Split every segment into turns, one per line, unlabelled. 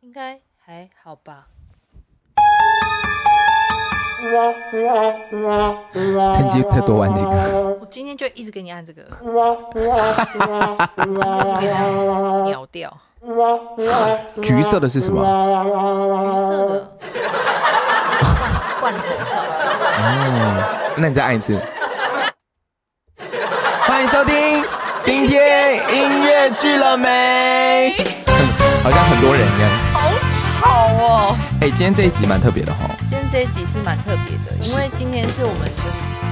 应该还好吧。
曾经太多玩几个，
我今天就一直给你按这个，今天就给你按秒掉
橘色的是什么？
橘色的罐头笑声，
那你再按一次。欢迎收听今天音乐剧了没？好像很多人一样。
好吵哦。
哎、今天这一集蛮特别的哦。
今天这一集是蛮特别的，因为今天是我们的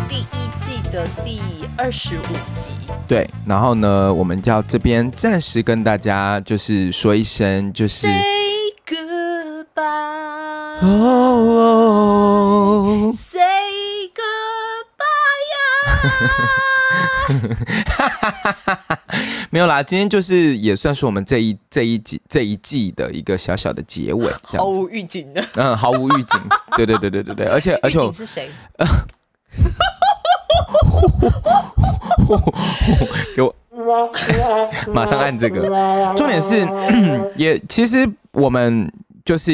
第一季的第二十五集，
对，然后呢，我们要这边暂时跟大家就是说一声，就是
Say goodbye,
哦，
say goodbye
没有啦，今天就是也算是我们这一这一季这一季的一个小小的结尾，这样子，
无哦预警的，
嗯，毫无预警，对对对对对对，而且而
预
且我
警是谁？
给我马上按这个，
啊
重点是 也其实我们就是。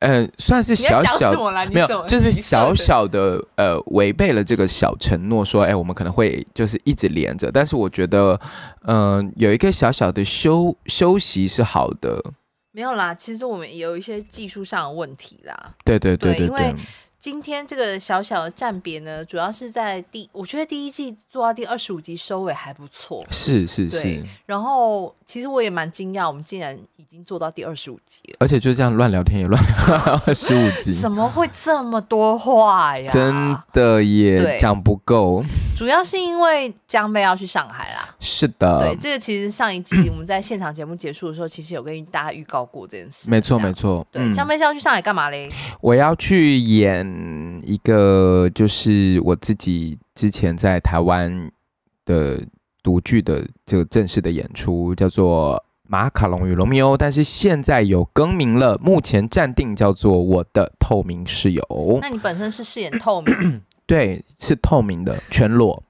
呃，算是小
你要
小
讲什么啦你
没有
怎么，
就是
你
小
说的
小的呃违背了这个小承诺，说，哎、我们可能会就是一直连着，但是我觉得，嗯、有一个小小的休休息是好的，
没有啦，其实我们也有一些技术上的问题啦。
对对对
对
对
因为今天这个小小的暂别呢，主要是在第，我觉得第一季做到第二十五集收尾还不错。
是是
对
是，，
然后其实我也蛮惊讶，我们竟然已经做到第二十五集了，
而且就这样乱聊天也乱聊二十五 集，
怎么会这么多话呀？
真的也
对
讲不够。
主要是因为江妹要去上海啦。
是的
对，，这个其实上一季我们在现场节目结束的时候，其实有跟大家预告过这件事。
没错
这样
没。错，
对，
嗯，
江妹是要去上海干嘛嘞？
我要去演一个，就是我自己之前在台湾的独剧的这个正式的演出，叫做《马卡龙与罗密欧》，但是现在有更名了，目前暂定叫做《我的透明室友》。
那你本身是饰演透明
对，是透明的，全裸，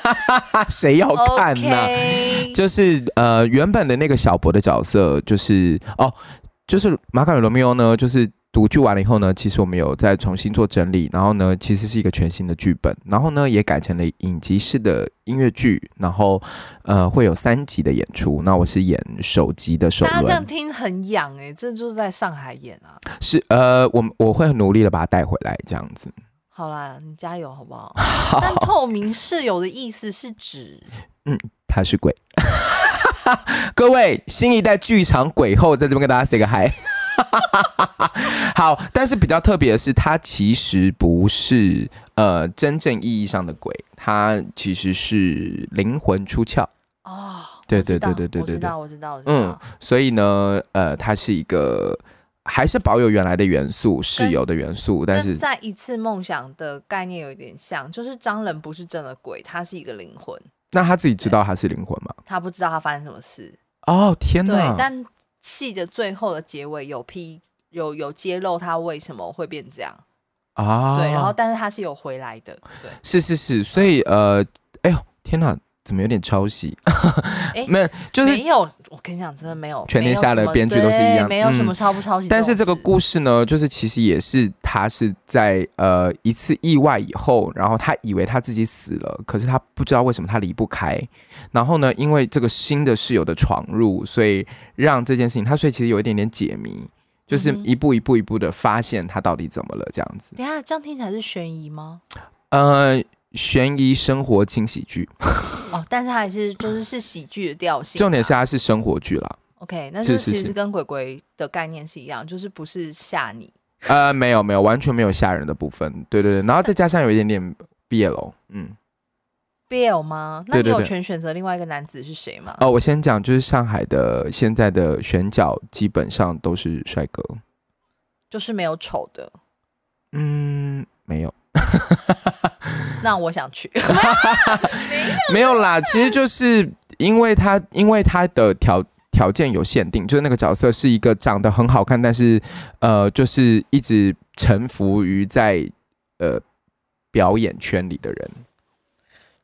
谁要看呢、
，OK，
就是呃，原本的那个小博的角色，就是哦，就是马卡与罗密欧呢，就是读剧完了以后呢，其实我们有再重新做整理，然后呢，其实是一个全新的剧本，然后呢，也改成了影集式的音乐剧，然后呃，会有三集的演出。那我是演首集的首
大家这样
轮，
听很痒哎、这就是在上海演啊。
是呃，我我会很努力的把它带回来，这样子。
好啦，你加油好不 好？但透明室友的意思是指
他是鬼。 各位，新一代剧场鬼后在这边跟大家 say 个 hi。好，但是比较特别的是，他其实不是呃真正意义上的鬼，他其实是灵魂出窍。
哦，
对
我知道
对对对对对
我知道，我知道，我知道。
嗯，所以呢，呃，他是一个还是保有原来的元素、室友的元素，但是
跟在一次梦想的概念有一点像，就是张人不是真的鬼，他是一个灵魂，
那他自己知道他是灵魂吗？
他不知道他发生什么事。
哦，天
对
哪，！
但戏的最后的结尾有批有有揭露他为什么会变这样，
啊，
对，然后但是他是有回来的，对，
是是是，所以呃，哎呦，天哪，怎么有点抄袭？ 没有，就是
哎没有，我跟你讲，真的没有，
全天
没有
下的
什么
编剧都是一
对
样
没有什么
嗯
抄不抄袭种事。
但是这个故事呢，就是其实也是他是在呃一次意外以后，然后他以为他自己死了，可是他不知道为什么他离不开。然后呢，因为这个新的室友的闯入，所以让这件事情他所以其实有一点点解谜，就是
嗯哼
一步一步一步的发现他到底怎么了这样子。
等一下这样听起来是悬疑吗？
呃，悬疑生活轻喜剧，
哦，但是它还是就是是喜剧的调性啊、
重点是它是生活剧啦。
OK，那
是
就是是其
是
实跟鬼鬼的概念是一样，就是不是吓你。
呃，没有没有，完全没有吓人的部分。对对对，然后再加上有一点点 BL，嗯，
BL 吗？那
对
你
对
有
对
权选择另外一个男子是谁吗？
哦，我先讲，就是上海的现在的选角基本上都是帅哥，
就是没有丑的，
嗯，没有
那我想去。
没有啦， 其实就是因为他因为他的条条件有限定，就是那个角色是一个长得很好看，但是呃，就是一直臣服于在呃表演圈里的人，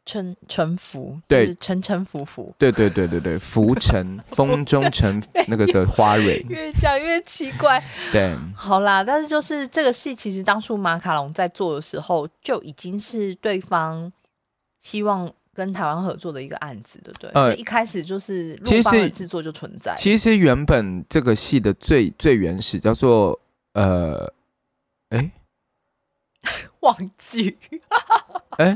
沉沉浮，
对
就是沉沉浮浮，
对对对对对，浮 沉，风中沉那个的花 蕊，
越讲越奇怪。
对，
好啦，但是就是这个戏，其实当初马卡龙在做的时候，就已经是对方希望跟台湾合作的一个案子，对不对？
呃
所以一开始就是
其
陆
实
方的制作就存在。
其实原本这个戏的最最原始叫做呃，哎
忘记，
哎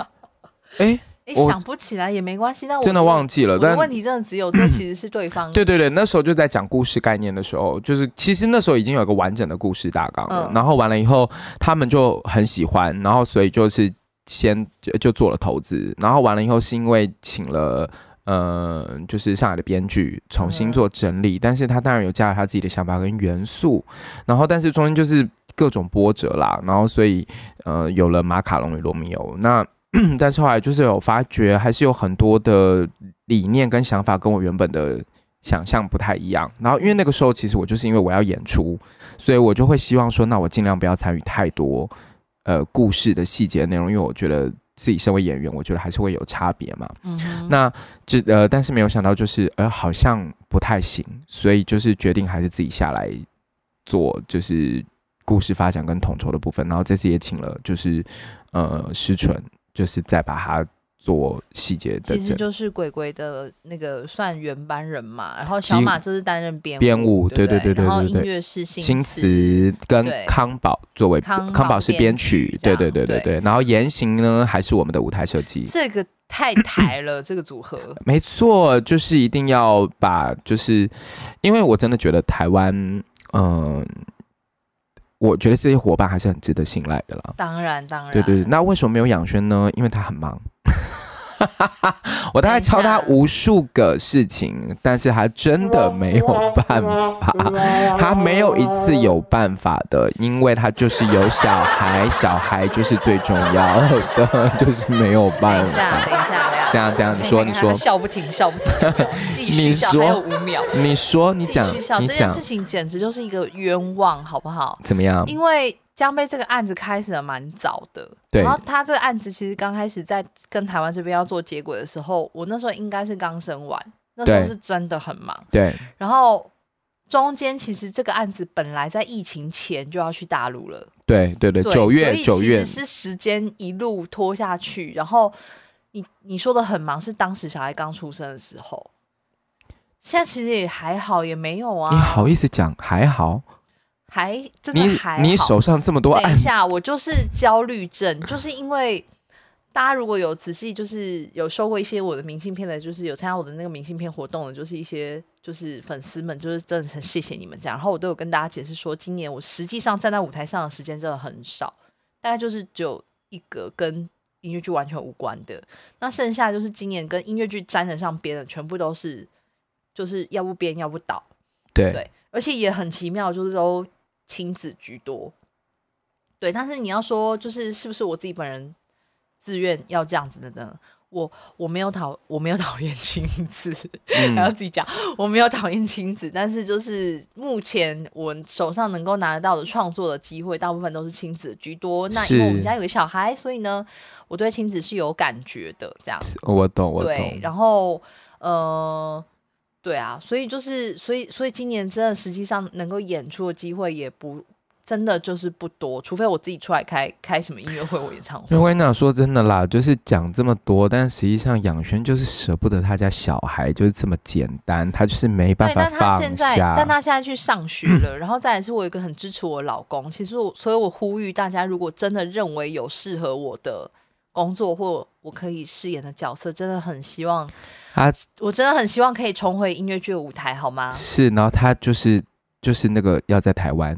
哎，
哎、
我
想不起来也没关系。但我
真的忘记了，
我的
但
问题真的只有 这，其实是对方
对对对，那时候就在讲故事概念的时候，就是其实那时候已经有一个完整的故事大纲了，
嗯
然后完了以后他们就很喜欢，然后所以就是先就就做了投资，然后完了以后是因为请了。呃，就是上海的编剧重新做整理，但是他当然有加了他自己的想法跟元素，然后但是中间就是各种波折啦，然后所以呃有了马卡龙与罗密欧，那 但是后来就是有发觉还是有很多的理念跟想法跟我原本的想象不太一样。然后因为那个时候其实我就是因为我要演出，所以我就会希望说，那我尽量不要参与太多呃故事的细节内容，因为我觉得自己身为演员，我觉得还是会有差别嘛。
嗯哼
那只呃，但是没有想到就是呃好像不太行，所以就是决定还是自己下来做，就是故事发展跟统筹的部分。然后这次也请了就是呃石纯，就是再把它做细节的
其实
整
就是鬼鬼的那个算原班人马，然后
其
小马这是担任编
编舞
对
对
不
对对
然后
对对
音乐是新
新词跟
对
康宝作为
康
康
宝
宝是
编
编曲
曲，这
对
样
对对对对。然后言行呢还是我们的舞台设计，
这个太抬了，这个组合。
没错，就是一定要把，就是因为我真的觉得台湾，嗯、我觉得这些伙伴还是很值得信赖的啦。
当然，当然，
对对对，那为什么没有养轩呢？因为他很忙。 我大概敲他无数个事情，但是他真的没有办法，他没有一次有办法的，因为他就是有小孩，小孩就是最重要的， 就是没有
等
办
一下，
法。
等一下，等一下。
这样这样，你说你
看
说
他，笑不停，笑不停，继续
你
笑，
说
还有五秒，
你说，你讲
继续，笑。
你
这件
讲
事情简直就是一个冤枉，好不好？
怎么样？
因为江贝这个案子开始的蛮早的，
对
然后他这个案子其实刚开始在跟台湾这边要做接轨的时候，我那时候应该是刚生完，那时候
对
是真的很忙。
对
然后中间其实这个案子本来在疫情前就要去大陆了，
对对对，
对，
九
所
月
以
九
其
月
实，是时间一路拖下去，然后你你说的很忙，是当时小孩刚出生的时候。现在其实也还好，也没有啊。
你好意思讲？还好，
还真的
你
还好。
你手上这么多
等
案
一，下，我就是焦虑 症，就是因为大家如果有仔细，就是有收过一些我的明信片的，就是有参加我的那个明信片活动的，就是一些就是粉丝们，就是真的很谢谢你们这样。然后我都有跟大家解释说，今年我实际上站在舞台上的时间真的很少，大概就是只有一个跟。音乐剧完全无关的，那剩下就是今年跟音乐剧沾得上边的，全部都是就是要不编要不导，
对
对，而且也很奇妙，就是都亲子居多。对，但是你要说，就是是不是我自己本人自愿要这样子的呢？我我没有讨我没有讨厌亲子，还要
嗯
自己讲，我没有讨厌亲子，但是就是目前我手上能够拿得到的创作的机会，大部分都是亲子居多。那因为我们
是
家有个小孩，所以呢，我对亲子是有感觉的，这样。
我懂我
对
懂，，
然后呃，对啊，所以就是，所以所以今年真的实际上能够演出的机会也不真的就是不多，除非我自己出来开开什么音乐会或演唱会。
因为我跟你讲，说真的啦，就是讲这么多，但实际上养轩就是舍不得他家小孩，就是这么简单，他就是没办
对，
法
但他现
放
在，但
下。
他现在去上学了， 然后再来是我有一个很支持我的老公，其实我，所以我呼吁大家，如果真的认为有适合我的工作或我可以饰演的角色，真的很希望，
他
我真的很希望可以重回音乐剧的舞台，好吗？
是，然后他就是就是那个要在台湾，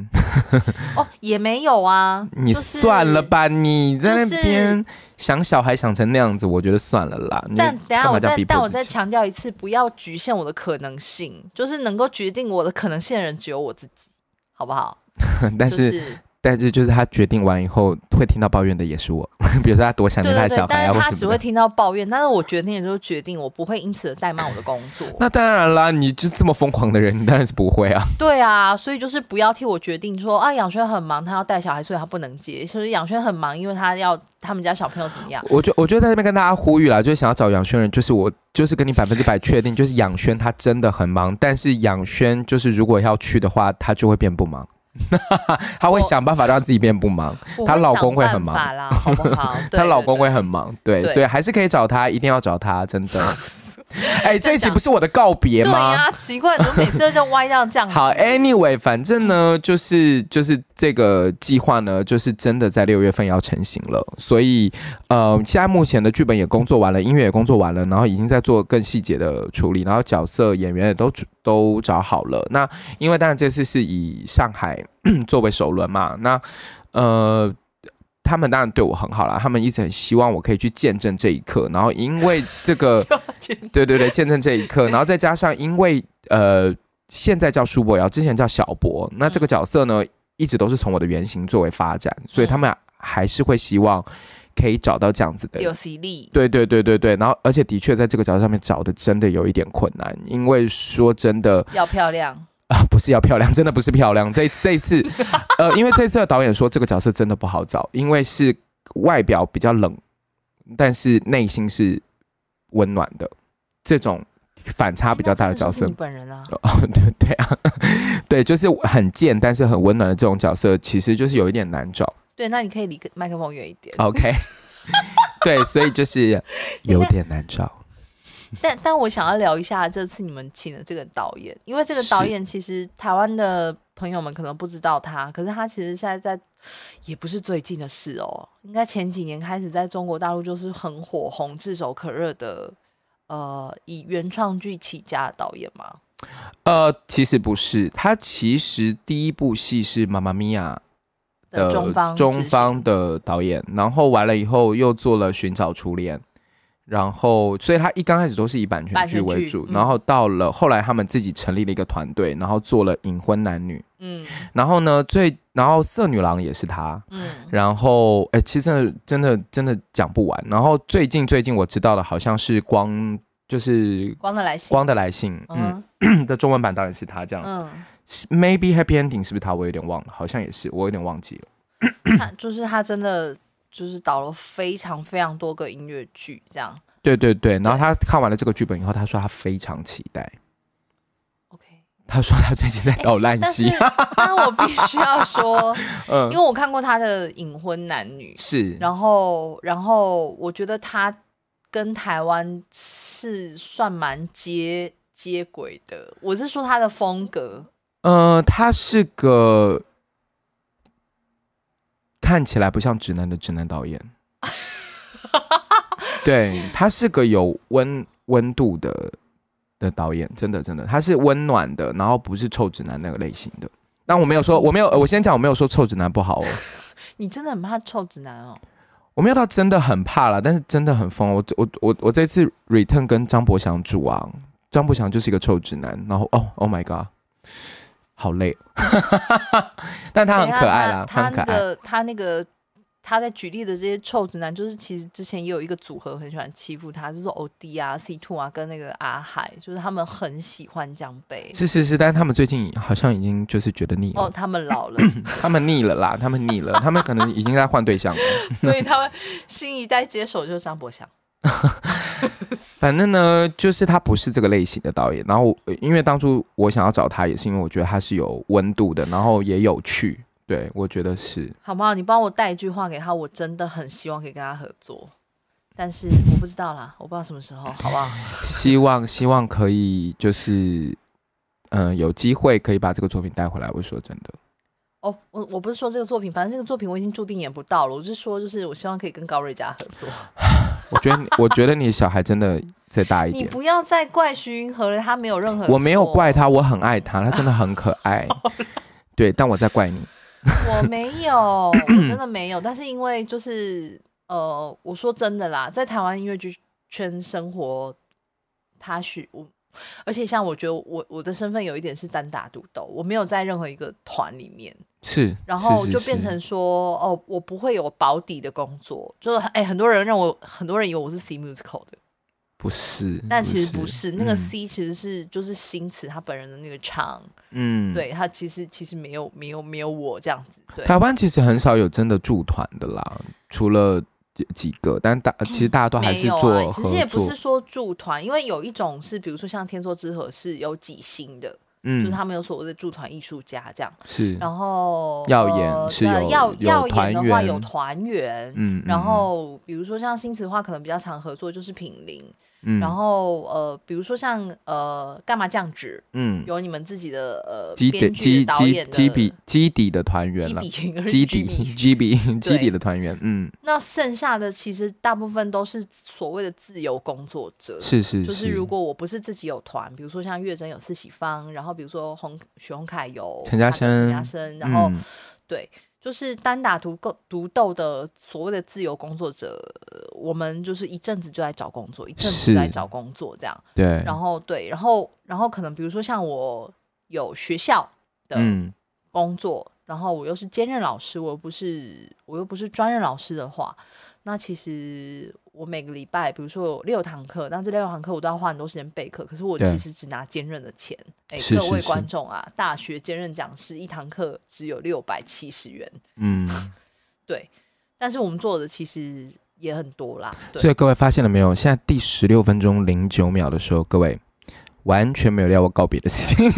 哦，也没有啊，
你
就是
算了吧，你在
就是
那边想小孩想成那样子，我觉得算了啦。你
但等一
干
下
嘛
我
这样
再
逼迫
但我
自
再
己
强调一次，不要局限我的可能性，就是能够决定我的可能性的人只有我自己，好不好？
但
就是是
但是就是他决定完以后会听到抱怨的也是我， 比如说他多想
对
念他
对
的小
对，
孩
但
啊，
是
或
他
什
只
么
会
的。
听到抱怨，但是我决定了就是决定，我不会因此而怠慢我的工作。
那当然啦，你就这么疯狂的人，你当然是不会啊。
对啊，所以就是不要替我决定说啊，养轩很忙，他要带小孩，所以他不能接。其实养轩很忙，因为他要他们家小朋友怎么样？
我就我就在这边跟大家呼吁啦，就是想要找养轩人，就是我就是跟你百分之百确定，就是养轩他真的很忙，但是养轩就是如果要去的话，他就会变不忙， 他会
我
想办法让自己变不忙，
我
她老
想
公会
办
很忙
法啦，好不 好？对
她老公。
对对
会很忙，对，
对
所以还是可以找他，一定要找他，真 的。哎、这一集
讲
不是我的告别
对
吗？
呀、奇怪，怎么每次都这样歪到这样子？，
好，Anyway，反正呢，就是就是这个计划呢，就是真的在六月份要成型了，所以呃，现在目前的剧本也工作完了，音乐也工作完了，然后已经在做更细节的处理，然后角色演员也都都找好了。那因为当然这次是以上海 作为首轮嘛，那呃。他们当然对我很好啦，他们一直很希望我可以去见证这一刻。然后因为这个
就觉得
对对对，见证这一刻，然后再加上因为呃，现在叫舒伯瑶，之前叫小博，那这个角色呢，一直都是从我的原型作为发展，所以他们还是会希望可以找到这样子的
有实力，
对对对对对，然后而且的确在这个角色上面找的真的有一点困难，因为说真的
要漂亮，
啊、不是要漂亮，真的不是漂亮。这这一次，呃，因为这次的导演说这个角色真的不好找，因为是外表比较冷，但是内心是温暖的，这种反差比较大的角
那真就是
色
你。本人啊，
哦， 对对啊，对，就是很贱但是很温暖的这种角色，其实就是有一点难找。
对，那你可以离麦克风远一点。
OK，对，所以就是有点难找。
但但我想要聊一下这次你们请的这个导演，因为这个导演其实台湾的朋友们可能不知道他，可是他其实现在在也不是最近的事哦，应该前几年开始在中国大陆就是很火红、炙手可热的，呃，以原创剧起家的导演嘛。
呃，其实不是，他其实第一部戏是《妈妈咪呀》
的中方执
中
行
方的导演，然后完了以后又做了《寻找初恋》，然后所以他一刚开始都是以版权
版
剧
权
为
剧
主，
嗯
然后到了后来他们自己成立了一个团队，然后做了《隐婚男女》，
嗯
然后呢最然后《色女郎》也是他。
嗯，
然后，哎、其实真的、真的、真的讲不完。然后最近、最近我知道的好像是光，就是
光的来信，
光的来信，嗯，
嗯
的中文版当然是他这样。
嗯，
是 Maybe Happy Ending 是不是他？我有点忘了，好像也是，我有点忘记了。
他就是他真的就是导了非常非常多个音乐剧这样。
对对对，然后他看完了这个剧本以后，他说他非常期待。
OK，
他说他最近在导烂
哎但是
戏，
但我必须要说。
嗯
因，为我看过他的《隐婚男女》，
是，
然后然后我觉得他跟台湾是算蛮接接轨的。我是说他的风格，
呃，他是个看起来不像直男的直男 导演，对他是个有温温度的的导演，真的真的，他是温暖的，然后不是臭直男那个类型的。但我没有说，我没有，呃我先讲，我没有说臭直男不好哦，
你真的很怕臭直男哦。
我没有到真的很怕啦，但是真的很疯。啊我我我我这次 return 跟张博翔住啊，张博翔就是一个臭直男，然后哦 oh my god，好累， 但他很可爱啦，
他
很可
那
爱。
个他那个。他在举例的这些臭直男，就是其实之前也有一个组合很喜欢欺负他，就是 O D 啊、C Two 啊跟那个阿海，就是他们很喜欢这样被
是是是，但是他们最近好像已经就是觉得腻了，
哦，他们老了，
他们腻了啦，他们腻了， 他们可能已经在换对象了。
所以他们新一代接手就是张博翔。
反正呢，就是他不是这个类型的导演。然后，呃因为当初我想要找他，也是因为我觉得他是有温度的，然后也有趣。对，我觉得是。
好不好？你帮我带一句话给他，我真的很希望可以跟他合作，但是我不知道啦，我不知道什么时候，好不好？
希望希望可以就是，嗯、有机会可以把这个作品带回来。我说真的，
哦，我我不是说这个作品，反正这个作品我已经注定演不到了，我是说，就是我希望可以跟高瑞佳合作。
我觉得你 我觉得你小孩真的再大一
你
点，
不要再怪徐云和了，他没有任何，
我没有怪，他，我很爱他，他真的很可 爱。
哦
对，但我在怪你。
我没 有，我真的没有。但是因为就是呃，我说真的啦，在台湾音乐剧圈生活，他许我而且像我觉得我我的身份有一点是单打独斗，我没有在任何一个团里面，
是，
然
是
后
是
就变
是
成说哦，我不会有保底的工作，就是哎、很多人认为很多人以为我是 C musical 的，
不是，
但其实不是，那个
嗯
C 其实是就是新词他本人的那个唱，
嗯，
对他其实其实没有没有没有我这样子，对
台湾其实很少有真的驻团的啦，除了几几个，但大其实大家都还
没
是
有
做
啊，其
合
实也不
作
是，说驻团，因为有一种是，比如说像天作之合是有几星的，就是
嗯，
他们有所谓的驻团艺术家这样。
是，
然后
耀眼是
呃、
有
耀
有
耀眼的
团
话
员
有团员，
嗯，
然
嗯，
后比如说像新词的话，可能比较常合作就是品林，
嗯，
然后呃，比如说像呃干嘛降脂，
嗯，
有你们自己的呃
基底
编剧
基
的导
基
演的
基底基底的团员
基
了
底，
基
底
底 基底基底
对
的团员，嗯，
那剩下的其实大部分都是所谓的自由工作者，
是是
就是
是
如，果我不是自己有团，比如说像月珍有四喜坊，然后比如说洪许洪凯有
陈嘉
他的陈嘉
生
生，然后
嗯
就是单打独斗独斗的所谓的自由工作者，呃我们就是一阵子就在找工作，一阵子
是
就在找工作这样。
对，
然后对，然后然后可能比如说像我有学校的
嗯
工作，然后我又是兼任老师，我又不是我又不是专任老师的话，那其实我每个礼拜，比如说有六堂课，那这六堂课我都要花很多时间备课，可是我
对
其实只拿兼任的钱。哎，
是
各
是
位
是
观众啊，大学兼任讲师一堂课只有六百七十元，
嗯，
对，但是我们做的其实也很多啦，对，
所以各位发现了没有？现在第十六分钟零九秒的时候，各位完全没有要我告别的事情。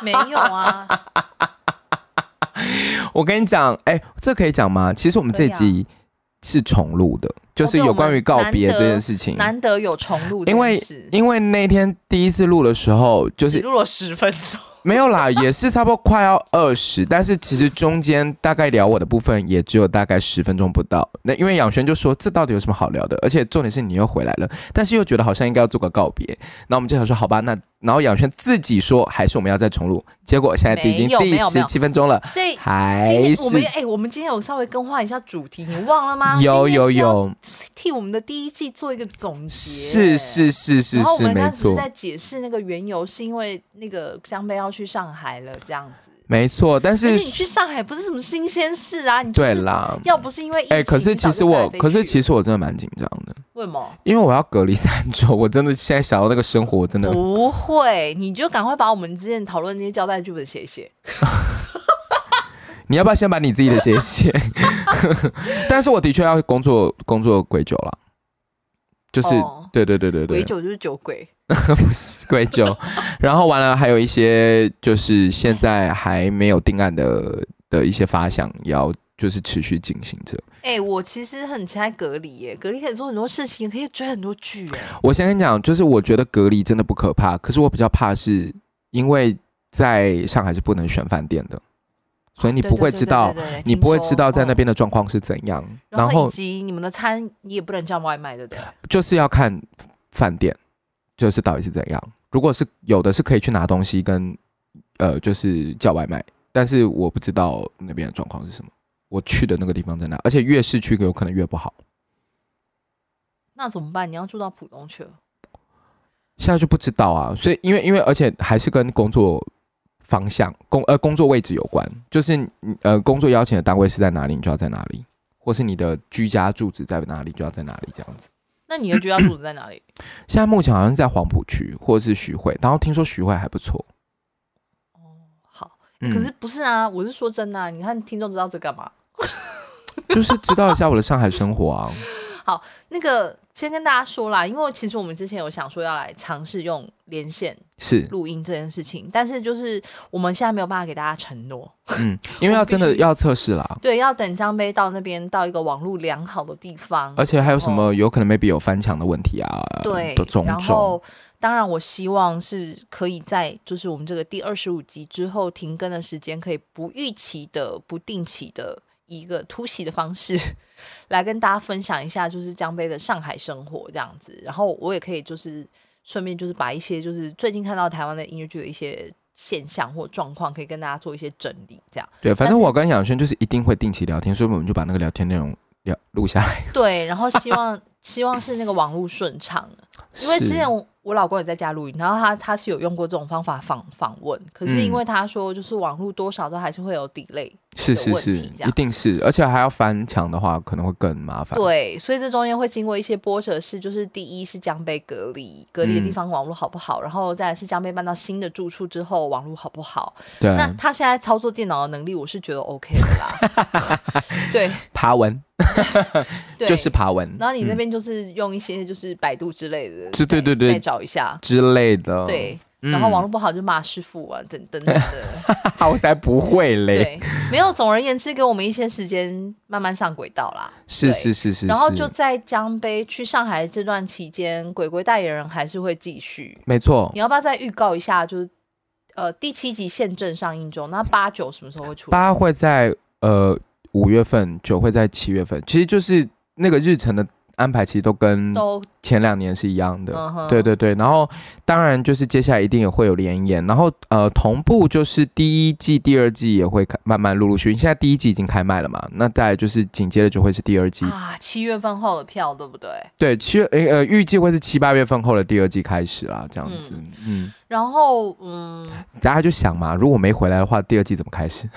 没有啊，
我跟你讲，哎、这可以讲吗？其实我们这
啊
集是重录的，
哦
就是有关于告别这件事情。
难得有重录这
因为
件事，
因为那天第一次录的时候，就
只
是
录了十分钟，
没有啦，也是差不多快要二十，但是其实中间大概聊我的部分也只有大概十分钟不到。那因为养轩就说这到底有什么好聊的？而且重点是你又回来了，但是又觉得好像应该要做个告别。那我们就想说好吧，那然后养轩自己说还是我们要再重录，结果现在已经
没有
第
没有没
十
有
七分钟了，
这
还
今天我们
是
也哎、我们今天有稍微更换一下主题，你忘了吗？
有有
今天是要
有。
替我们的第一季做一个总结。
是。是是是
然后我
是，
们
没
当时
错
在解释那个缘由，是因为那个江贝要去上海了，这样子。
没错，但
而
是
且你去上海不是什么新鲜事啊，你就
对
是
啦，
要不是因为疫情，
哎、可是
你早
其
就
实
飞来
我，
飞
可是
去
其实我真的蛮紧张的，
为什么？
因为我要隔离三周，我真的现在想到那个生活，我真的
不会，你就赶快把我们之前讨论那些交代剧本写一写。
你要不要先把你自己的写写？但是我的确要工作工作鬼酒了，就是、
哦
对对对对
鬼
对，
酒就是酒鬼，
不是鬼酒，然后完了还有一些就是现在还没有定案的的一些发想，也要就是持续进行着。
哎、我其实很期待隔离耶，隔离可以做很多事情，可以追很多剧耶。
我先跟你讲，就是我觉得隔离真的不可怕，可是我比较怕是因为在上海是不能选饭店的，所以哎你
你
不会知道，
哎
你不会知道在那、边的状况是怎样，
对对对对对听说嗯嗯然
然
后以
后
及你们的餐，你也不能叫外卖，对不对？
就是要看饭店，就是到底是怎样。如果是有的是可以去拿东西跟呃，就是叫外卖，但是我不知道那边的状况是什么。我去的那个地方在哪？而且越市区有可能越不好，
那怎么办？你要住到浦东去了，
现在就不知道啊。所以因为因为而且还是跟工作方向工呃工作位置有关，就是你呃工作邀请的单位是在哪里，你就要在哪里，或是你的居家住址在哪里，就要在哪里这样子。
那你的居家住址在哪里？
现在目前好像是在黄浦区或者是徐汇，然后听说徐汇还不错。
好、欸
嗯
可是不是啊？我是说真的、啊，你看听众知道这干嘛？
就是知道一下我的上海生活啊，
那个先跟大家说啦，因为其实我们之前有想说要来尝试用连线
是，
录音这件事情，但是就是我们现在没有办法给大家承诺，
嗯，因为要真的要测试啦，
对，要等江杯到那边到一个网络良好的地方，
而且还有什么有可能 maybe 有翻墙的问题啊，
哦对
的种
然
种，
后，当然，我希望是可以在就是我们这个第二十五集之后停更的时间，可以不预期的、不定期的一个突袭的方式， 来跟大家分享一下就是江杯的上海生活这样子。然后我也可以就是顺便就是把一些就是最近看到台湾的音乐剧的一些现象或状况，可以跟大家做一些整理这样。
对，反
但
正
是
我跟养轩就是一定会定期聊天，所以我们就把那个聊天内容聊录下来。
对，然后希望希望是那个网络顺畅，因为之
是
前我我老公也在家录影，然后他他是有用过这种方法访访问，可是因
嗯
为他说就是网络多少都还是会有 delay，、
是
的
是
问
是，
题这样
一定是，而且还要翻墙的话，可能会更麻烦。，
对，所以这中间会经过一些波折是，就是第一是将被隔离，隔离的地
嗯
方网络好不好，然后再来是将被搬到新的住处之后网络好不好。
对，
那他现在操作电脑的能力，我是觉得 OK 的啦。 对
爬文
对，
就是。爬文，
然后你那
嗯
边就是用一些就是百度之类的，
对对
再
对对
再找一下，
之类的，
对。
嗯，
然后 网络不好就骂师傅啊，等等等的，
络我才不会嘞，
对，没有。总而言之，给我们一些时间慢慢上轨道啦。
是
对
是是是，
然后
是
就在江杯去上海这段期间，鬼鬼代言人还是会继续。
没错
你，要不要再预告一下？就是呃，第七集现正上映中，那八九什么时候会出？
八会在呃五月份，九会在七月份，其实就是那个日程的安排，其实都跟
都
前两年是一样的。
嗯哼
对对对，然后当然就是接下来一定也会有联演，然后呃同步就是第一季、第二季也会开慢慢陆陆续续，现在第一季已经开卖了嘛，那再来就是紧接着就会是第二季，
啊，七月份后的票对不对？
对七月诶呃预计会是七八月份后的第二季开始啦，这样子，嗯，
然后嗯，
大家就想嘛，如果没回来的话，第二季怎么开始？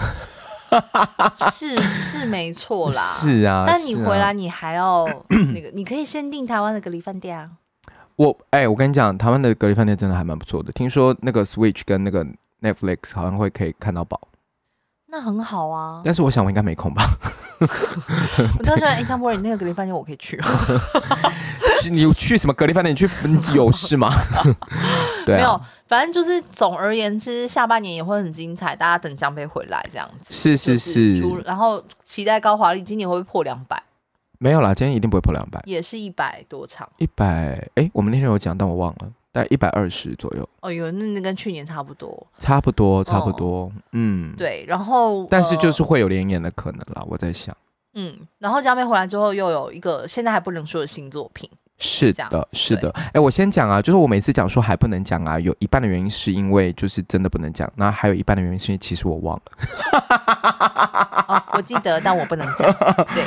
是是没错啦，。
是啊，
但你
是啊
回来，你还要那个，你可以先订台湾的隔离饭店啊。
我哎、我跟你讲，台湾的隔离饭店真的还蛮不错的。听说那个 Switch 跟那个 Netflix 好像会可以看到宝，
那很好 啊，
但是我想我应该没空吧？
我突然觉得，哎，张博仁，你那个隔离饭店我可以去。啊
去你去什么隔离饭店？你去你有 事吗？对
没有
啊，，
反正就是总而言之，下半年也会很精彩，大家等江杯回来这样子。
是是，
就是出然后期待高华丽今年会不会破两百，
没有啦，今天一定不会破两百，
也是一百多场。
一百哎，我们那天有讲，但我忘了，大概一百二十左右，
哦哟，那那跟去年差不多。
差不多差不多，嗯，。
哦对，然后
但是就是
呃
会有连演的可能啦，我在想。
嗯，然后江妹回来之后又有一个现在还不能说的新作品，
是
这样
的，是的。哎、我先讲啊，就是我每次讲说还不能讲啊，有一半的原因是因为就是真的不能讲，然后还有一半的原因是因为其实我忘了，
哦、我记得，但我不能 讲。对，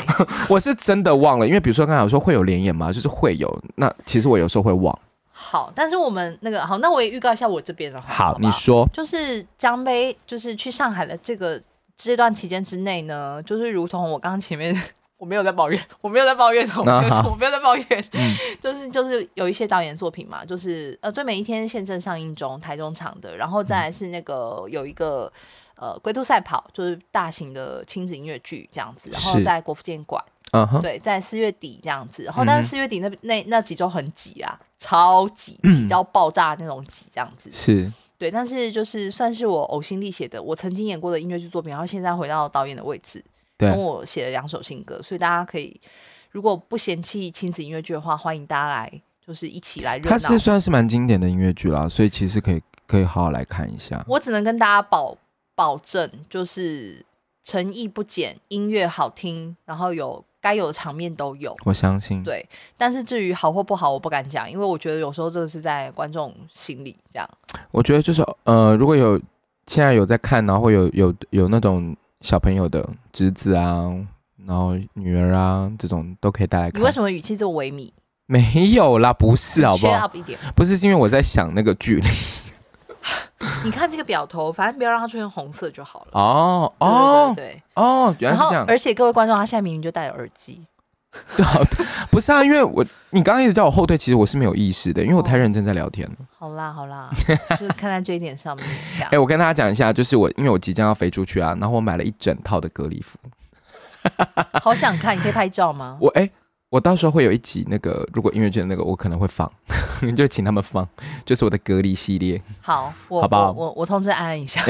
我是真的忘了，因为比如说刚才我说会有连演嘛，就是会有，那其实我有时候会忘。
好，但是我们那个好，那我也预告一下我这边的好
好，
好不
你
好
说
就是江杯，就是去上海的这个这段期间之内呢，就是如同我刚刚前面。 我没有在抱怨， 我没有在抱怨，我没有，
啊 嗯
我没有在抱怨， 就是就是有一些导演作品嘛，就是呃《最美一天》现正上映中，台中场的，然后再来是那个有一个呃《龟兔赛跑》，就是大型的亲子音乐剧这样子，然后
是
在国父纪念馆，
嗯哼，
对，在四月底这样子，然后
嗯哼
但是四月底那那那几周很挤啊，超挤， 挤到爆炸那种挤这样子，
是
对，但是就是算是我呕心沥血的，我曾经演过的音乐剧作品，然后现在回到导演的位置，
对
跟我写了两首新歌，所以大家可以如果不嫌弃亲子音乐剧的话，欢迎大家来，就是一起来热
它
闹
是。算是蛮经典的音乐剧啦，所以其实可以可以好好来看一下。
我只能跟大家保保证，就是诚意不减，音乐好听，然后有该有的场面都有。
我相信，
对，但是至于好或不好，我不敢讲，因为我觉得有时候这个是在观众心里这样。
我觉得就是呃，如果有现在有在看，然后有有有那种小朋友的侄子啊，然后女儿啊这种都可以带来
你
看
为。什么语气这么萎靡？
没有啦，不是好不
cheer
好？
up 一点。
不是，是因为我在想那个距离。
你看这个表头，反正不要让它出现红色就好了。
哦
对
哦
对对对
哦，原
然
来是
后
这样。
而且各位观众，他现在明明就戴了耳机，
对好的不是啊，因为我你刚刚一直叫我后退，其实我是没有意识的，因为我太
哦
认真在聊天了。
好啦好 啦，就是看在这一点上面这样
哎、。我跟大家讲一下，就是我因为我即将要飞出去啊，然后我买了一整套的隔离服。
好想看，你可以拍照吗？
我哎、我到时候会有一集那个，如果音乐剧的那个，我可能会放， 就请他们放，就是我的隔离系列。
好，我
好不好
我我我通知安安一 下。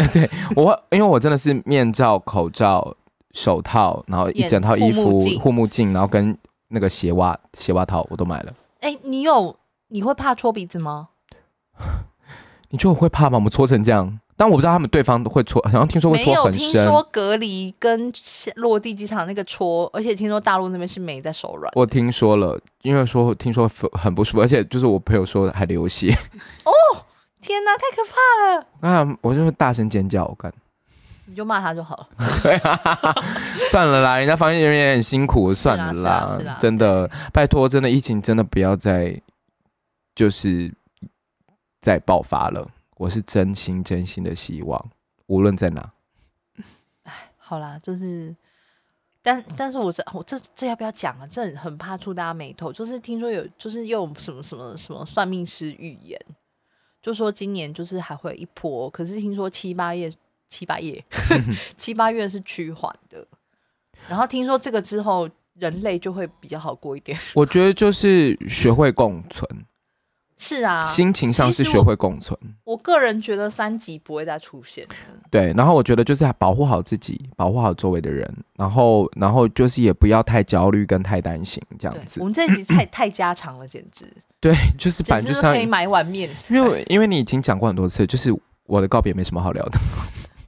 我会因为我真的是面罩、口罩、手套，然后一
眼
整套衣
护
服
目镜、
护目镜，然后跟那个鞋袜、鞋袜套我都买了。
哎，你有你会怕戳鼻子吗？
你觉得我会怕吗？我们搓成这样，但我不知道他们对方会搓，好像听说会
没
搓
有
很
听
深。
说隔离跟落地机场那个戳，而且听说大陆那边是没在手软。
我听说了，因为说听说很不舒服，而且就是我朋友说还流血，
天哪，太可怕了！
那我就大声尖叫，我干，
你就骂他就好了。
算了啦，人家防疫人员也很辛苦，
是啦
算了
是啦是啦
真的，拜托，真的疫情真的不要再就是再爆发了。我是真心真心的希望，无论在哪，
好啦，就是，但但是我这我这这要不要讲啊？这很很怕触大家眉头。就是听说有，就是又有什么什么什么算命师预言，就说今年就是还会有一波，可是听说七八月七八 月七八月是趋缓的，然后听说这个之后人类就会比较好过一点。
我觉得就是学会共存，
是啊，
心情上是
其实
学
我
会共存。
我个人觉得三级不会再出现了。
对，然后我觉得就是保护好自己，保护好周围的人，然后然后就是也不要太焦虑跟太担心这
对
样，子
我。们这一集 太太家常了，简直
对，就是
简
反
直
正就是像
可以买碗面。
因为我因为你已经讲过很多次，就是我的告别没什么好聊的。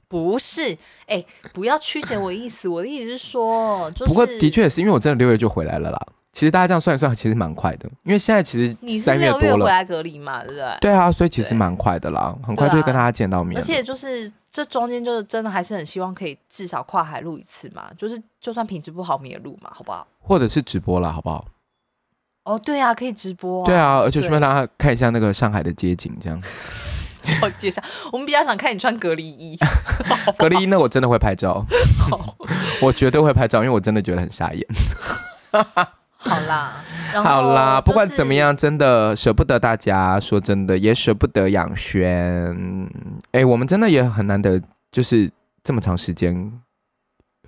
不是，哎、不要曲解我意思，我的意思是说，就是
不过的确也是，因为我真的六月就回来了啦。其实大家这样算一算，其实蛮快的，因为现在其
你
实
是
三
六
多
回
了，
来隔离嘛，对不对？
对啊，所以其实
对啊
蛮快的啦，很快就会跟大家见到面了。
而且就是这中间就是真的还是很希望可以至少跨海录一次嘛，就是就算品质不好我们也录嘛，好不好？
或者是直播啦，好不好？
哦，对啊，可以直播、啊。
对啊，而且顺便
对
让大家看一下那个上海的街景，这样
好介绍，我们比较想看你穿隔离 衣。
隔离那我真的会拍照，
好
我绝对会拍照，因为我真的觉得很傻眼。
好啦，然后
好啦，
就是
不管怎么，样，真的舍不得大家。说真的，也舍不得杨轩。哎、我们真的也很难得，就是这么长时间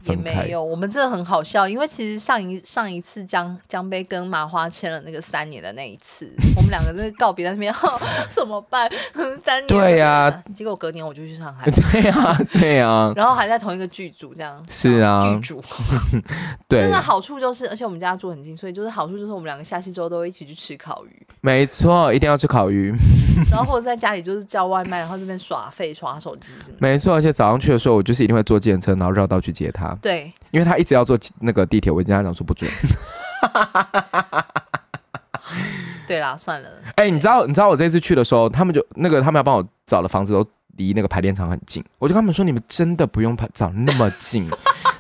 也
分开
没。有，我们真的很好笑，因为其实上一上一次江江杯跟麻花签了那个三年的那一 次，我们两个真的告别在那边，哼怎么办？三年
对呀、，
啊结果隔年我就去上海
对呀、 对啊呀、
然后还在同一个剧组这样。
是啊
剧组
对
真，的好处就是，而且我们家住很近，所以就是好处就是我们两个下戏之后都会一起去吃烤 鱼，
没错，一定要吃烤鱼。
然后或者在家里就是叫外卖，然后这边耍废耍手机什么的。
没错，而且早上去的时候，我就是一定会坐计程车，然后绕道去接他，
对，
因为他一直要坐那个地铁，我跟他讲说 不准。
对啦，算了，
哎、你知道，你知道我这次去的时候，他们就那个他们要帮我找的房子都离那个排练场很近，我就跟他们说，你们真的不用排找那么 近。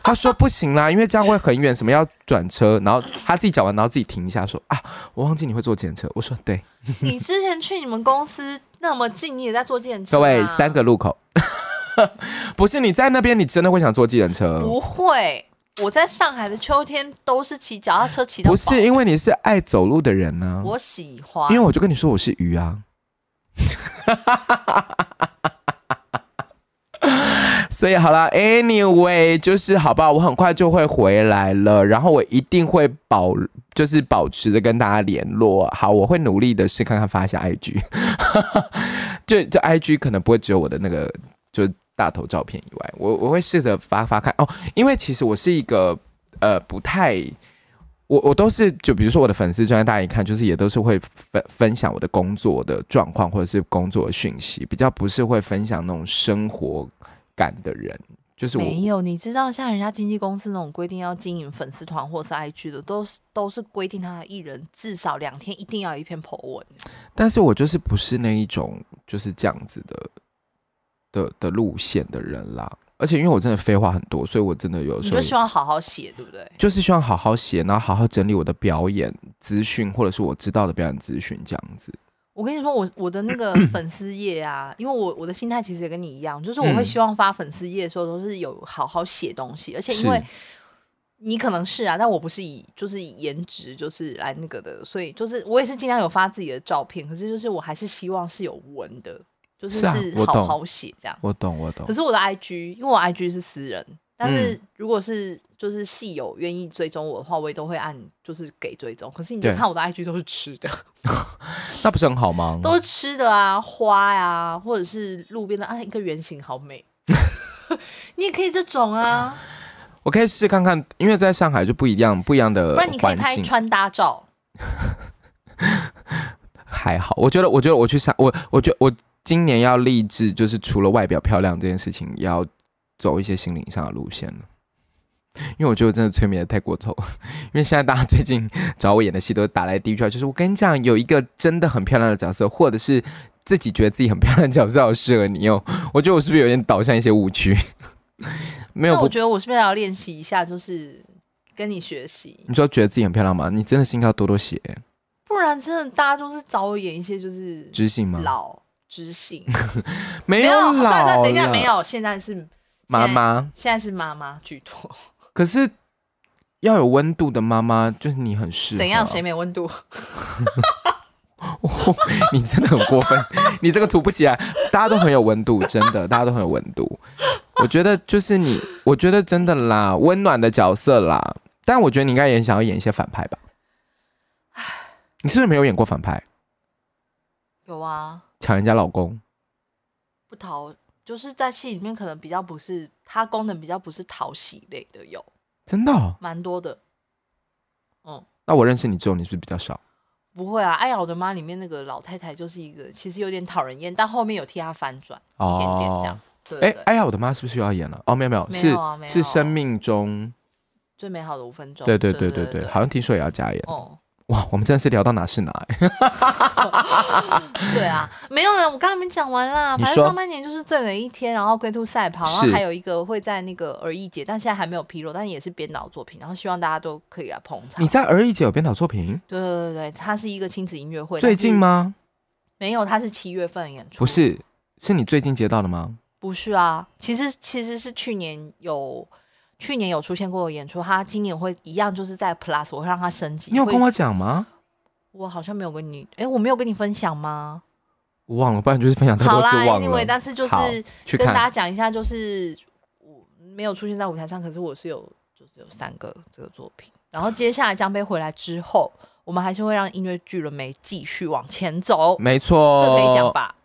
他说不行啦，因为这样会很远，什么要转车，然后他自己讲完，然后自己停一下说啊，我忘记你会坐检车。我说对，
你之前去你们公司那么近，你也在坐电车、
各位、三个路口， 不是你在那边，你真的会想坐计程车？
不会，我在上海的秋天都是骑脚踏车骑到
不
饱，
是因为你是爱走路的人呢、
我喜欢，
因为我就跟你说我是鱼啊。 所以好了，anyway，就是好不好？我很快就会回来了，然后我一定会保，就是保持着跟大家联络。好，我会努力的试看看发一下 IG，就就 IG 可能不会只有我的那个就是大头照片以外，我我会试着发发看哦，因为其实我是一个呃不太我我都是就比如说我的粉丝专业，大家一看就是也都是会分分享我的工作的状况或者是工作的讯息，比较不是会分享那种生活感的人，就是
没
我
有，你知道像人家经纪公司那种规定要经营粉丝团或是 IG 的，都是都是规定他的艺人至少两天一定要有一篇 po 文。
但是我就是不是那一种就是这样子的的的路线的人啦。而且因为我真的废话很多，所以我真的有
你
时候
就希望好好写，对不对？
就是希望好好写，然后好好整理我的表演资讯，或者是我知道的表演资讯这样子。
我跟你说，我我的那 个粉丝页啊，因为我我的心态其实也跟你一样，就是我会
嗯
希望发粉丝页的时候都是有好好写东西，而且因
是
为你可能是啊，但我不是以就是以颜值就是来那个的，所以就是我也是尽量有发自己的照片，可是就是我还是希望是有文的，就是
是啊
是
我
好
懂
好写这样。
我懂，我懂嗯
可。是我的 IG，因为我 IG 是私人，但是如果是就是戏友愿意追踪我的话，我也都会按就是给追踪。可是你就
对
看我的 IG 都是吃的，
那不是很好吗？
都是吃的啊，花呀、或者是路边的啊，一个圆形好美。 你也可以这种啊，
我可以试看看，因为在上海就不一样，不一样的
不然你可以
呃环
拍
境。
穿搭照。
还好，我觉得，我觉得我去上，我我觉得我今年要立志，就是除了外表漂亮这件事情，也要走一些心灵上的路线了。因为我觉得我真的催眠的太过头， 因为现在大家最近找我演的戏都打来第一句话，就是我跟你讲，有一个真的很漂亮的角色，或者是自己觉得自己很漂亮的角色好适合你哦。我觉得我是不是有点导向一些误区？ 没有
那我
不，
觉得我是不是要练习一下，就是跟你学习，
你说觉得自己很漂亮吗？你真的是应该要多多写
不然真的大家就是找我演一些就是
知性吗？
老知性，
没
没
老
算了算了，等一下
了
没有，现在是
妈，
现在
妈，
现在是妈妈居多，
可是要有温度的妈妈，就是你很适合。
怎样？谁？没温度？
你真的很过分，你这个涂不起来。大家都很有温度，真的，大家都很有温度。我觉得就是你，我觉得真的啦，温暖的角色啦。但我觉得你应该也想要演一些反派吧？你是不是没有演过反派？
有啊，
抢人家老公？
不讨就是在戏里面可能比较不是它功能比较不是讨喜类的，有
真的哦、
蛮多的。
那我认识你之后，你是不是比较少？
不会啊，《爱我的妈》里面那个老太太就是一个其实有点讨人厌，但后面有替她反转一点点这样。对
哎
对，对
哎呀，我的妈是不是又要演了？哦，没有没有，
没
是
有啊没有
是生命中，
最美好的五分钟。
对对对
对
对
对
对，好像听说也要加演。
哦，
哇，我们真的是聊到哪是哪哎。
对啊，没有了，我刚才没讲完啦。
你
反正
说
上半年就是最美一天，然后龟兔赛跑，然后
是
还有一个会在那个儿艺节，但现在还没有披露，但也是编导作品，然后希望大家都可以来捧场
你。在儿艺节有编导作品？
对对对对，它是一个亲子音乐会。
最近
但是？
吗？
没有，它是七月份演出。
不，是，是你最近接到的吗？
不是啊，其实其实是去年有。去年有出现过的演出，它今年会一样，就是在 Plus 我会让它升级。
你有
会
跟我讲吗？
我好像没有跟你，哎、我没有跟你分享吗？
我忘了，不然就是分享太
好
多次
啦
忘
，anyway，
了。
但是就是
好去
跟大
看
家讲一下，就是我没有出现在舞台上，可是我是有，就是有三个这个作品。然后接下来江杯回来之后，我们还是会让音乐剧了没继续往前走，
没错，
这可以讲？吧？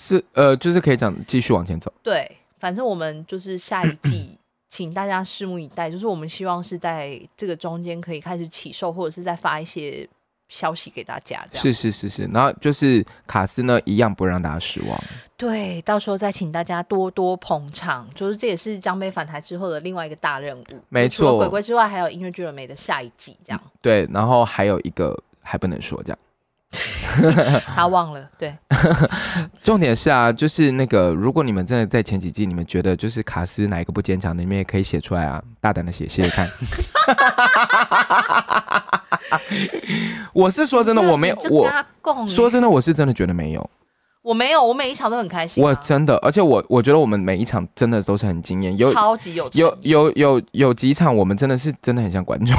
是呃，就是可以讲，继续往前走。
对，反正我们就是下一季，请大家拭目以待。就是我们希望是在这个中间可以开始起售，或者是再发一些消息给大家，这样
是是是是，然后就是卡斯呢，一样不让大家失望。
对，到时候再请大家多多捧场，就是这也是江杯返台之后的另外一个大任务。
没
除了
错嗯
鬼鬼之外，还有音乐剧了没的下一季，这样
对，然后还有一个还不能说这样。
他忘了。对，
重点是啊，就是那个，如果你们真的在前几季，你们觉得就是卡斯哪一个不坚强的，你们也可以写出来啊，大胆的写，写写看。 我是说真的，
这个
我没有
是，就
我
跟他共
说真的，我是真的觉得没有，
我没有，我每一场都很开心啊、
我真的，而且我我觉得我们每一场真的都是很惊艳，有
超级有
有
诚意
有有有几场我们真的是真的很像观众，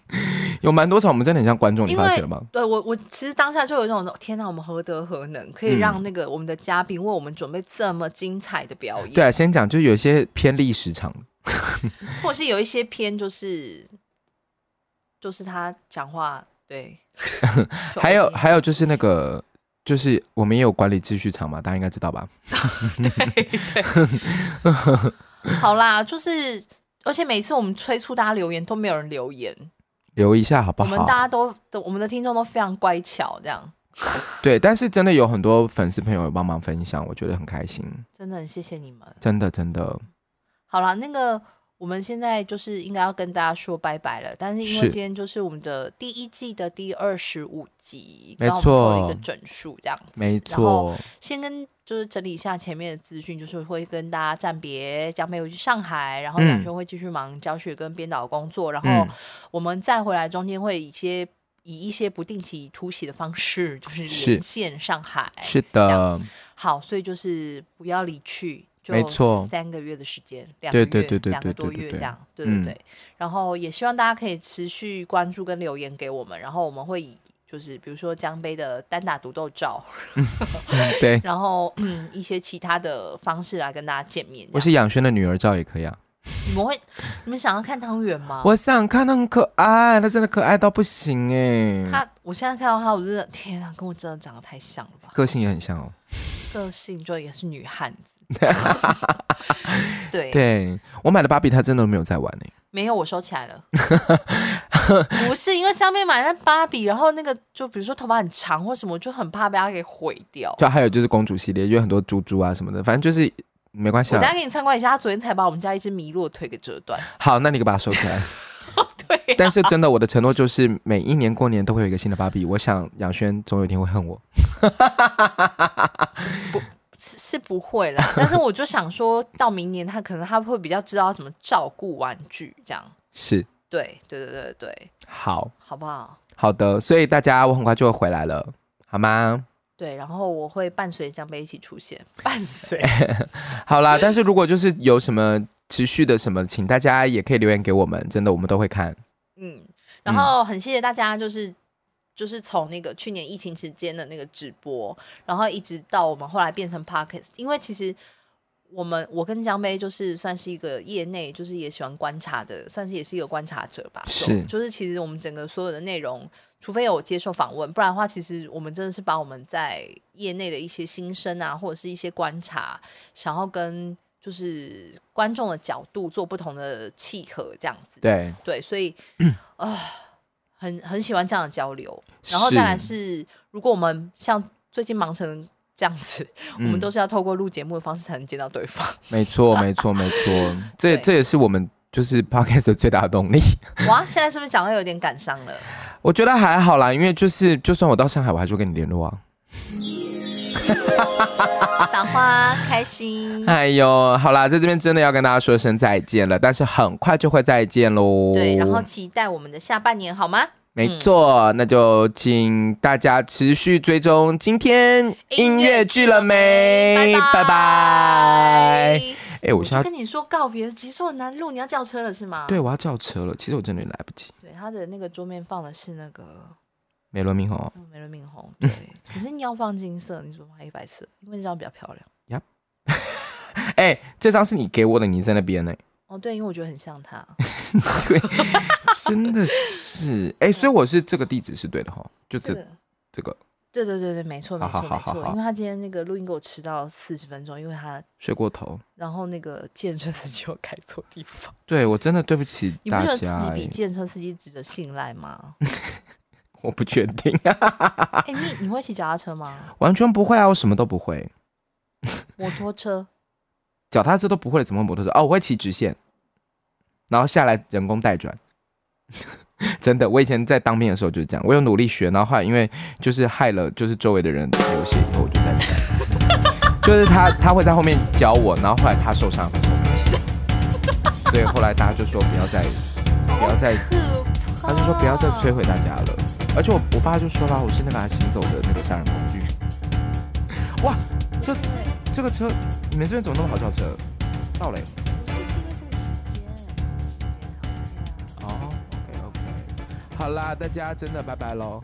有蛮多场我们真的很像观众，你
因为
发现了吗？
对我，我其实当下就有一种天哪，我们何德何能，可
嗯
以让那个我们的嘉宾为我们准备这么精彩的表演，
对啊，先讲就有一些偏历史场
或者是有一些偏就是就是他讲话 对，就
还有
OK
还有就是那个，就是我们也有管理秩序场嘛，大家应该知道吧？
好啦，就是而且每次我们催促大家留言都没有人留言，
留一下好不
我们大
好？
家都都我们的听众都非常乖巧，这样
对，但是真的有很多粉丝朋友有帮忙分享，我觉得很开心，
真的很谢谢你们。
真的真的。
好啦，那个我们现在就是应该要跟大家说拜拜了，但是因为
是
今天就是我们的第一季的第二十五集，
没
刚好我们做了一
错
个整数，这样子，
没
然后
错，
先跟就是整理一下前面的资讯，就是会跟大家暂别，江妹回去上海，然后
嗯
两兄会继续忙教学跟编导的工作，然后
嗯
我们再回来中间会一些以一些不定期突袭的方式，就是
是
连线上海。
是
哎这
的，
好，所以就是不要离去。就
没错
三个月的时间，两个
对
月，
对对对
两个
对
多
对对
月
对
这样，对对
嗯
对。然后也希望大家可以持续关注跟留言给我们，然后我们会以就是比如说江杯的单打独斗照，
对。
然后嗯一些其他的方式来跟大家见面。
我
这样
是养轩的女儿照也可以啊，
你们会你们想要看汤圆吗？
我想看，她很可爱，她真的可爱到不行哎，
他我现在看到他，我真的天啊，跟我真的长得太像了吧？
个性也很像哦。
个性就也是女汉 子。 对，
对我买的芭比，她真的没有在玩哎，
没有我收起来了。不是因为江妹买那芭比，然后那个就比如说头发很长或什么，我就很怕被她给毁掉。
就还有就是公主系列，因为很多珠珠啊什么的，反正就是没关系
我等
啊
下。给你参观一下，她昨天才把我们家一只麋鹿的腿给折断。
好，那你给把它收起来。
对 啊、
但是真的，我的承诺就是每一年过年都会有一个新的芭比。我想杨轩总有一天会恨我。
是是不会啦，但是我就想说到明年，他可能他会比较知道怎么照顾玩具，这样。
是，
对对对对对，
好
好不好？
好的，所以大家我很快就会回来了，好吗？
对，然后我会伴随江北一起出现，伴随
好啦，但是如果就是有什么持续的什么，请大家也可以留言给我们，真的我们都会看。
嗯，然后很谢谢大家，就是就是从那个去年疫情期间的那个直播，然后一直到我们后来变成 podcast，因为其实我们我跟江杯就是算是一个业内，就是也喜欢观察的，算是也是一个观察者吧。
是
就就是其实我们整个所有的内容，除非有接受访问，不然的话，其实我们真的是把我们在业内的一些心声啊，或者是一些观察，想要跟。就是观众的角度做不同的契合，这样子。
对，
对，所 以啊、很很喜欢这样的交流。然后再来是，如果我们像最近忙成这样子，我
嗯
们都是要透过录节目的方式才能见到对方。
没错，没错，没错，这
对
这也是我们就是 podcast 的最大的动力。
哇，现在是不是讲到有点感伤了？
我觉得还好啦，因为就是就算我到上海，我还是会跟你联络啊。
赏花开心。
哎呦，好啦，在这边真的要跟大家说声再见了，但是很快就会再见喽。
对，然后期待我们的下半年好吗？
没错，那就请大家持续追踪今天音乐剧了没？
拜
拜。哎，我
我
现
就
在
跟你说告别，其实我很难录，你要叫车了是吗？
对我要叫车了，其实我真的来不及。
对，他的那个桌面放的是那个
美轮明宏，
嗯美轮明宏，对，可是你要放金色，你怎么放黑白色？因为这样比较漂亮。
哎，这张是你给我的，你在那边呢？
哦，对，因为我觉得很像他。
对，真的是。哎，所以我是这个地址是 对的哈，就
这
这
个，
这个
对对对对，没错没错
好好
没
好好
错，
好
因为他今天那个录音给我迟到四十分钟，因为他
睡过头。
然后那个建车司机又开错地方，
对我真的对不起
你不
大
觉得
家
自己比
哎，
建车司机值得信赖吗？
我不确定，啊
哎、你你会骑脚踏车吗？
完全不会啊，我什么都不会，
摩托车？
脚踏车都不会，怎么会摩托车？哦，我会骑直线，然后下来人工带转。 真的，我以前在当兵的时候就是这样，我有努力学，然后后来因为就是害了就是周围的人流血以后，我就再不敢。 就是他他会在后面教我，然后后来他受伤会重骑，所以后来大家就说不要再不要再
可怕！
他就说不要再摧毁大家了。而且我我爸就说了，我是那个啊他行走的那个杀人工具。哇，这这个车，你们这边怎么那么好叫车？到嘞。
不是是因为这个时间，这个时间好累啊。
哦，OK OK，好啦，大家真的拜拜喽。